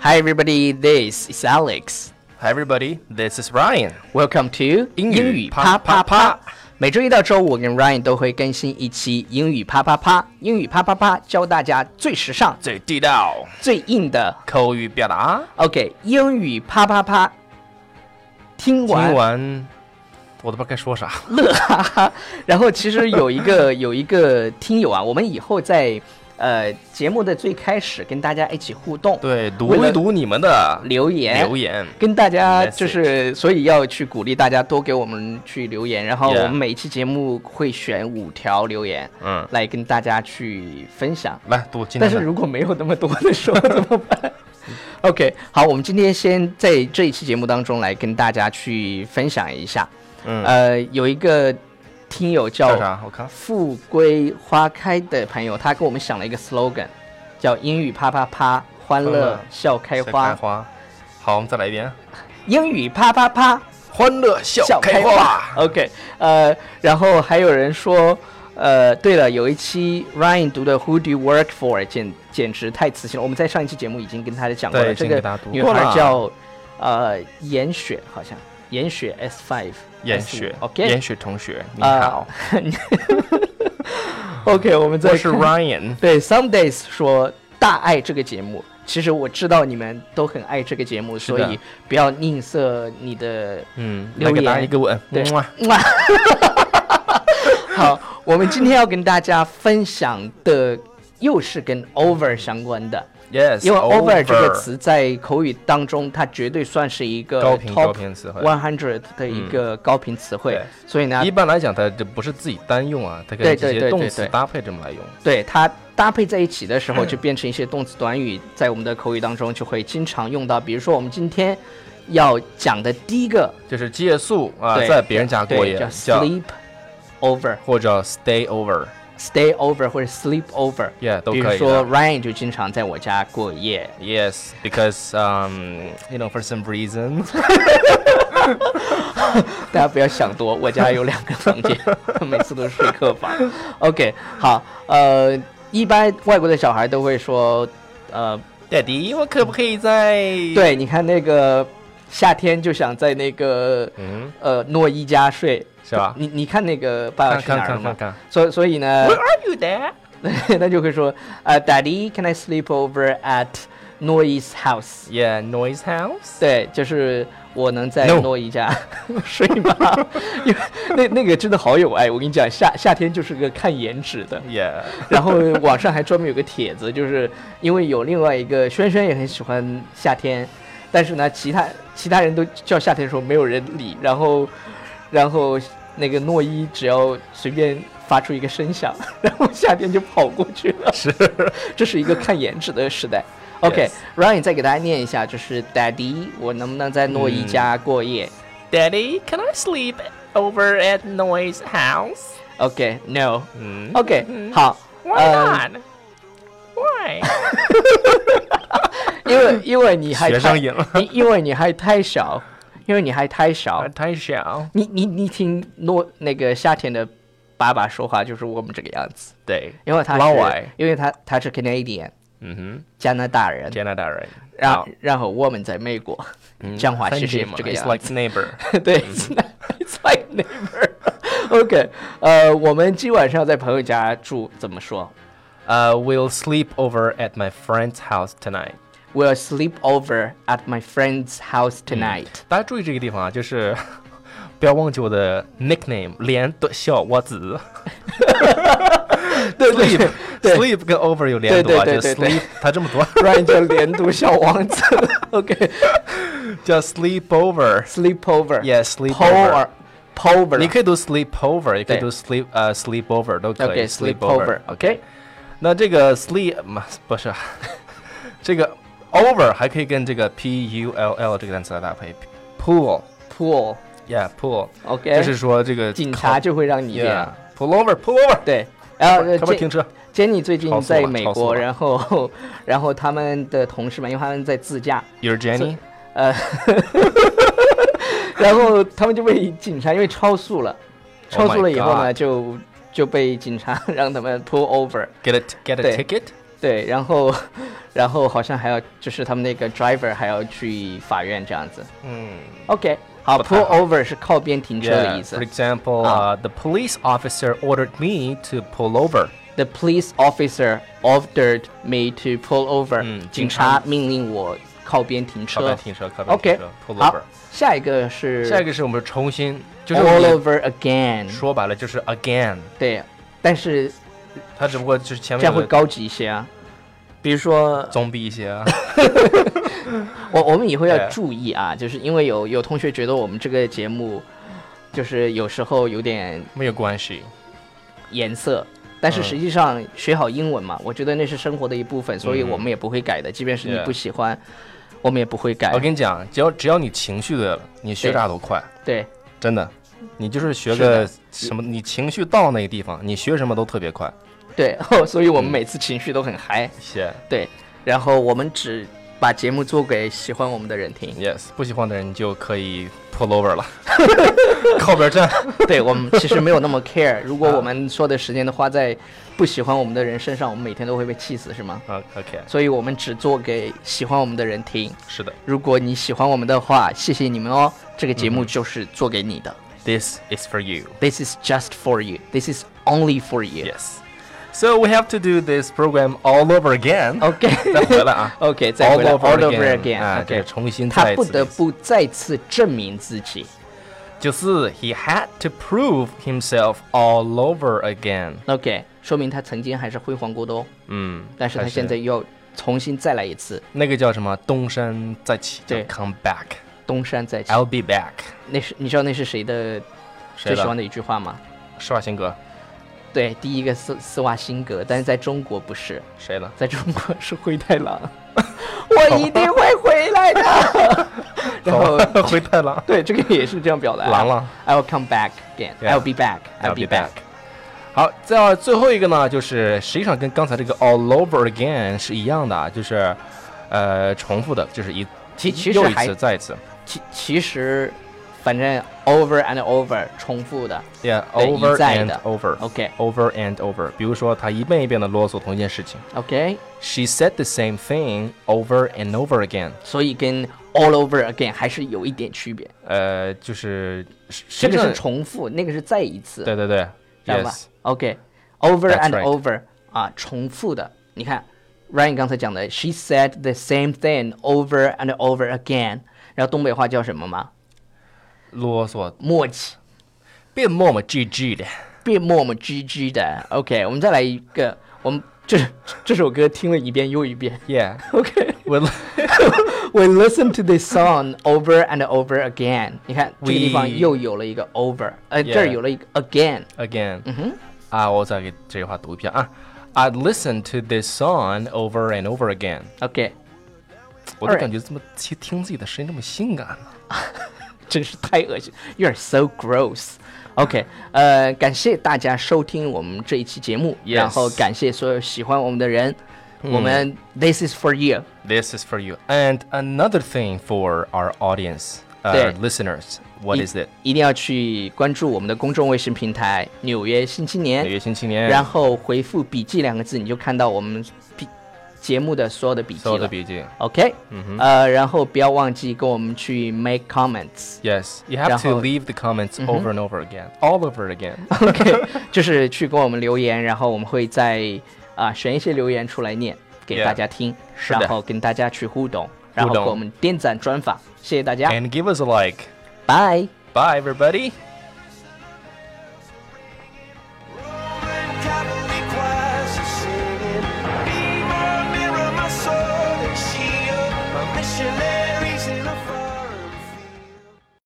Hi everybody, this is Alex. Hi everybody, this is Ryan。 Welcome to 英语英语啪啪啪啪啪啪。每周一到周五，我跟 Ryan 都会更新一期英语啪啪啪。英语啪啪啪，教大家最时尚、最地道最硬的。口语表达， OK，英语啪啪啪，听听完完我都不知道该说啥。乐哈哈。然后其实有一个 有一个听友啊，我们以后在呃节目的最开始跟大家一起互动，对，读为了一读你们的留言留言。跟大家 Message 就是，所以要去鼓励大家多给我们去留言，然后我 Yeah 们每一期节目会选五条留言，嗯来跟大家去分享。来读今但天是的如果没有那么多的时候怎么 办？OK，好，我们今天先在这一期节目当中来跟大家去分享一下，嗯呃，有一个听友叫叫啥？我看富贵花开的朋友，他给我们想了一个 slogan，叫英语啪啪啪，欢欢乐乐笑开笑花开。花。好，我们再来一遍。英语啪啪啪，欢乐笑笑开开花。。OK，呃，然后还有人说，呃，对了，有一期 Ryan 读的 Who Do You Work For 简简直太磁性了。我们在上一期节目已经跟他讲过对了，已这经个给大家读女过孩了叫呃严雪，好像严雪 S Five。严雪哦 OK，严雪同学，你啊 好， OK，我们再我是看 Ryan。对 Some Days 说大爱这个节目。其实我知道你们都很爱这个节目，是所的以不要吝啬你的嗯，留来给大家言一个吻。对嗯哇！ 好，我们今天要跟大家分享的又是跟 over 相关的， Yes，因为 over 这个词在口语当中，它绝对算是一个高频 top 高频词汇嗯 one hundred 的一个高频词汇，对所以呢一，般来讲，它这不是自己单用啊，它对跟这对对些动对词对搭配这么来用。对它搭配在一起的时候，就嗯变成一些动词短语，在我们的口语当中就会经常用到。比如说我们今天要讲的第一个，就是借宿啊，对在别人家过对，夜叫 sleep over。或者 stay over， stay over 或者 sleep over， Yeah，都比如可以说的 Ryan 就经常在我家过夜。 Yes, because um, you know, for some reason. 大家不要想多，我家有两个房 间，每次都是睡客房。OK，好，呃，一般外国的小孩都会说，呃， Daddy，我可不可以在？，对，你看那个夏天就想在那个嗯，呃诺伊家睡，是吧你你看那个《爸爸看去哪儿》看了看吗看？看所以所以呢， ，Where are you, Dad？他就会说，呃，Daddy，can I sleep over at Noi's house？ Yeah, noise house. 对，就是我能在 No 诺伊家 睡吗？ 因为那那个真的好有爱，我跟你讲，夏夏天就是个看颜值的。 Yeah，然后网上还专门有个帖子，就是因为有另外一个轩轩也很喜欢夏天，但是呢，其他其他人都叫夏天的时候没有人理，然后然后那个诺伊只要随便发出一个声响， 然后夏天就跑过去了。是这是一个看颜值的时代。OK，Ryan、再给大家念一下，就是 Daddy，我能不能在诺嗯伊家过夜、 Daddy, can I sleep over at noise house？ o k n o 嗯 o k 好，呃， not? Why？呃因为因为你还学太生赢了，你 因为你还太小，因为你还太小 啊，太小。你你你听诺那个夏天的爸爸说话就是我们这个样子，对，因为他老是外因为他他是 Canadian 嗯加拿大人哼，，加拿啊大人。然好后然后我们在美 国，Mm-hmm. 讲话是这这个样 It's 子。 like neighbor。对，it's 嗯 not- it's like neighbor。OK，呃，我们今晚上要在朋友家住，怎么说 Uh, we'll sleep over at my friend's house tonight。 ？We'll sleep over at my friend's house tonight。大家注意这个地方啊，就是 不要忘记我的 nickname，连的小窝子。 嗯 对 sleep 对 sleep 跟 over 有连读啊，对就对对对 sleep 它这么多 ，Ryan 叫连读小王子。OK，sleep、 叫 sleep over。 over。 Yeah, sleep Power over。 power。你可以读 sleep over，也可对以读 sleep 呃 sleep over 都可以。 OK，sleep over over。。OK，那这个 sleep 嘛不是啊， 这个 over 还可以跟这个 p u l l 这个单词来搭配，pool。 pool。 Yeah, pool。 OK，就是说这个警靠察就会让你练。 Yeah, pull over, pull over。对，然后呃快快这停车。 Jenny 最近超速在了美超速啊国，了然后然后他们的同事们，因为他们在自驾， You're Jenny。呃，然后他们就被警察因为超速了，超 Oh 速了以后呢 my 就就被警察 让他们 pull over。 Get a t- get a 对 ticket. 对，然后，然后好像还要就是他们那个 driver 还要去法院这样子。嗯 OK，好不太，pull 好 over 是靠边停车的 Yeah, 意思 for。example, Ah. uh, the police officer ordered me to pull over. The police officer ordered me to pull over、嗯警警察察命令我靠边停靠边车。停车，靠边停 OK，车，pull 好 over。，下一个是下一个是我们重新，就是 all 我 over again。说白了就是 again，对，但是它只不过就是前这面样有会个高级一些啊。比如说，棕逼一 些啊。我我们以后要对注意啊，就是因为有有同学觉得我们这个节目就是有时候有点没有关系。颜色，但是嗯实际上学好英文嘛，我觉得那是生活的一部分，所以嗯我们也不会改的。即便是你 Yeah 不喜欢，我们也不会改我。跟你讲，只要只要你情绪对了，你学啥都快，对真的。你就是学是的个什么，你情绪到那个地方，你学什么都特别快。对、 哦，所以我们嗯每次情绪都很嗨。谢对，然后我们只把节目做给喜欢我们的人听。 yes，不喜欢的人你就可以 pull over 了，靠边站。对我们其实没有那么 care。如啊果我们说的时间都花在不喜欢我们的人身上，我们每天都会被气死，是吗？啊 OK，所以我们只做给喜欢我们的人听。是的如果你喜欢我们的话，谢谢你们哦。这个嗯节目就是做给你的。 ，this is for you。 This is just for you. This is only for you. Yes. So we have to do this program all over again. OK 再回来啊 OK，再回来 all over over again，哎这 OK，个重新他再一不次的得意思不再次证明自己。就是 he had to prove himself all over again。 OK，说明他曾经还是辉煌过的哦，嗯，但是他还现在又重新再来一次，那个叫什么东山再起，叫对 come back。东山再起。 I'll be back。那是你知道那是谁的谁最喜欢的的？一句话吗？施瓦辛格。对，第一个斯斯瓦辛格，但是在中国不是，谁的？在中国是灰太 狼。我一定会回来的。然后， 走灰太狼。对，这个也是这样表达。狼了。 I'll come back again. Yeah. I'll be back. I'll be back。好，再最后一个呢，就是实际上跟刚才这个 all over again 是一样的，啊，就是呃重复的，就是一其其实又一还次再一次。其其实，反正 over and over 重复的。 Yeah, 对 over 一再 and 的 over. OK Over and over. 比如说，他一遍一遍的啰嗦同一件事情。 OK， She said the same thing over and over again. 所以跟 all over again 还是有一点区别。呃，就是实这际个上是，重复，那个是再一次，对对对知道吧，Yes， ？OK，over and That's right. over 啊，重复的。你看，Ryan 刚才讲的，She said the same thing over and over again。然后东北话叫什么吗？啰嗦，默契，别磨磨唧唧的。 别磨磨唧唧的。OK，我们再来一个，我们这这首歌听了一遍又一遍。 Yeah, OK。 we We listen to this song over and over again。你看这个地方 We- 又有了一个 over，呃， Yeah 这儿有了一个 again。 again. Mm-hmm。啊，我再给这句话读一遍啊。I listened to this song over and over again. OK，我都 Alright 感觉这么听听自己的声音这么性感呢。真是太恶心，You are so gross。OK，呃，感谢大家收听我们这一期节目 Yes 嗯然后感谢所有喜欢我们的人。我们 This is for you。 This is for you. And another thing for our audience, our 对。 listeners. What 一 is it? 一定要去关注我们的公众微信平台《纽约新青年》纽约新青年。然后回复“笔记”两个字，你就看到我们笔节目的所有的笔记所有的了。笔嗯记。 OK，、呃，然后不要忘记跟我们去 make comments， Yes, you have to 然后- leave the comments over and over again, all over again. OK，就是去跟我们留言，然后我们会再啊、选一些留言出来念给 Yeah，大家听是的然后跟大家去互动，然后互给动哎我们点赞转发，谢谢大家， And give us a like. 拜。 Bye, everybody.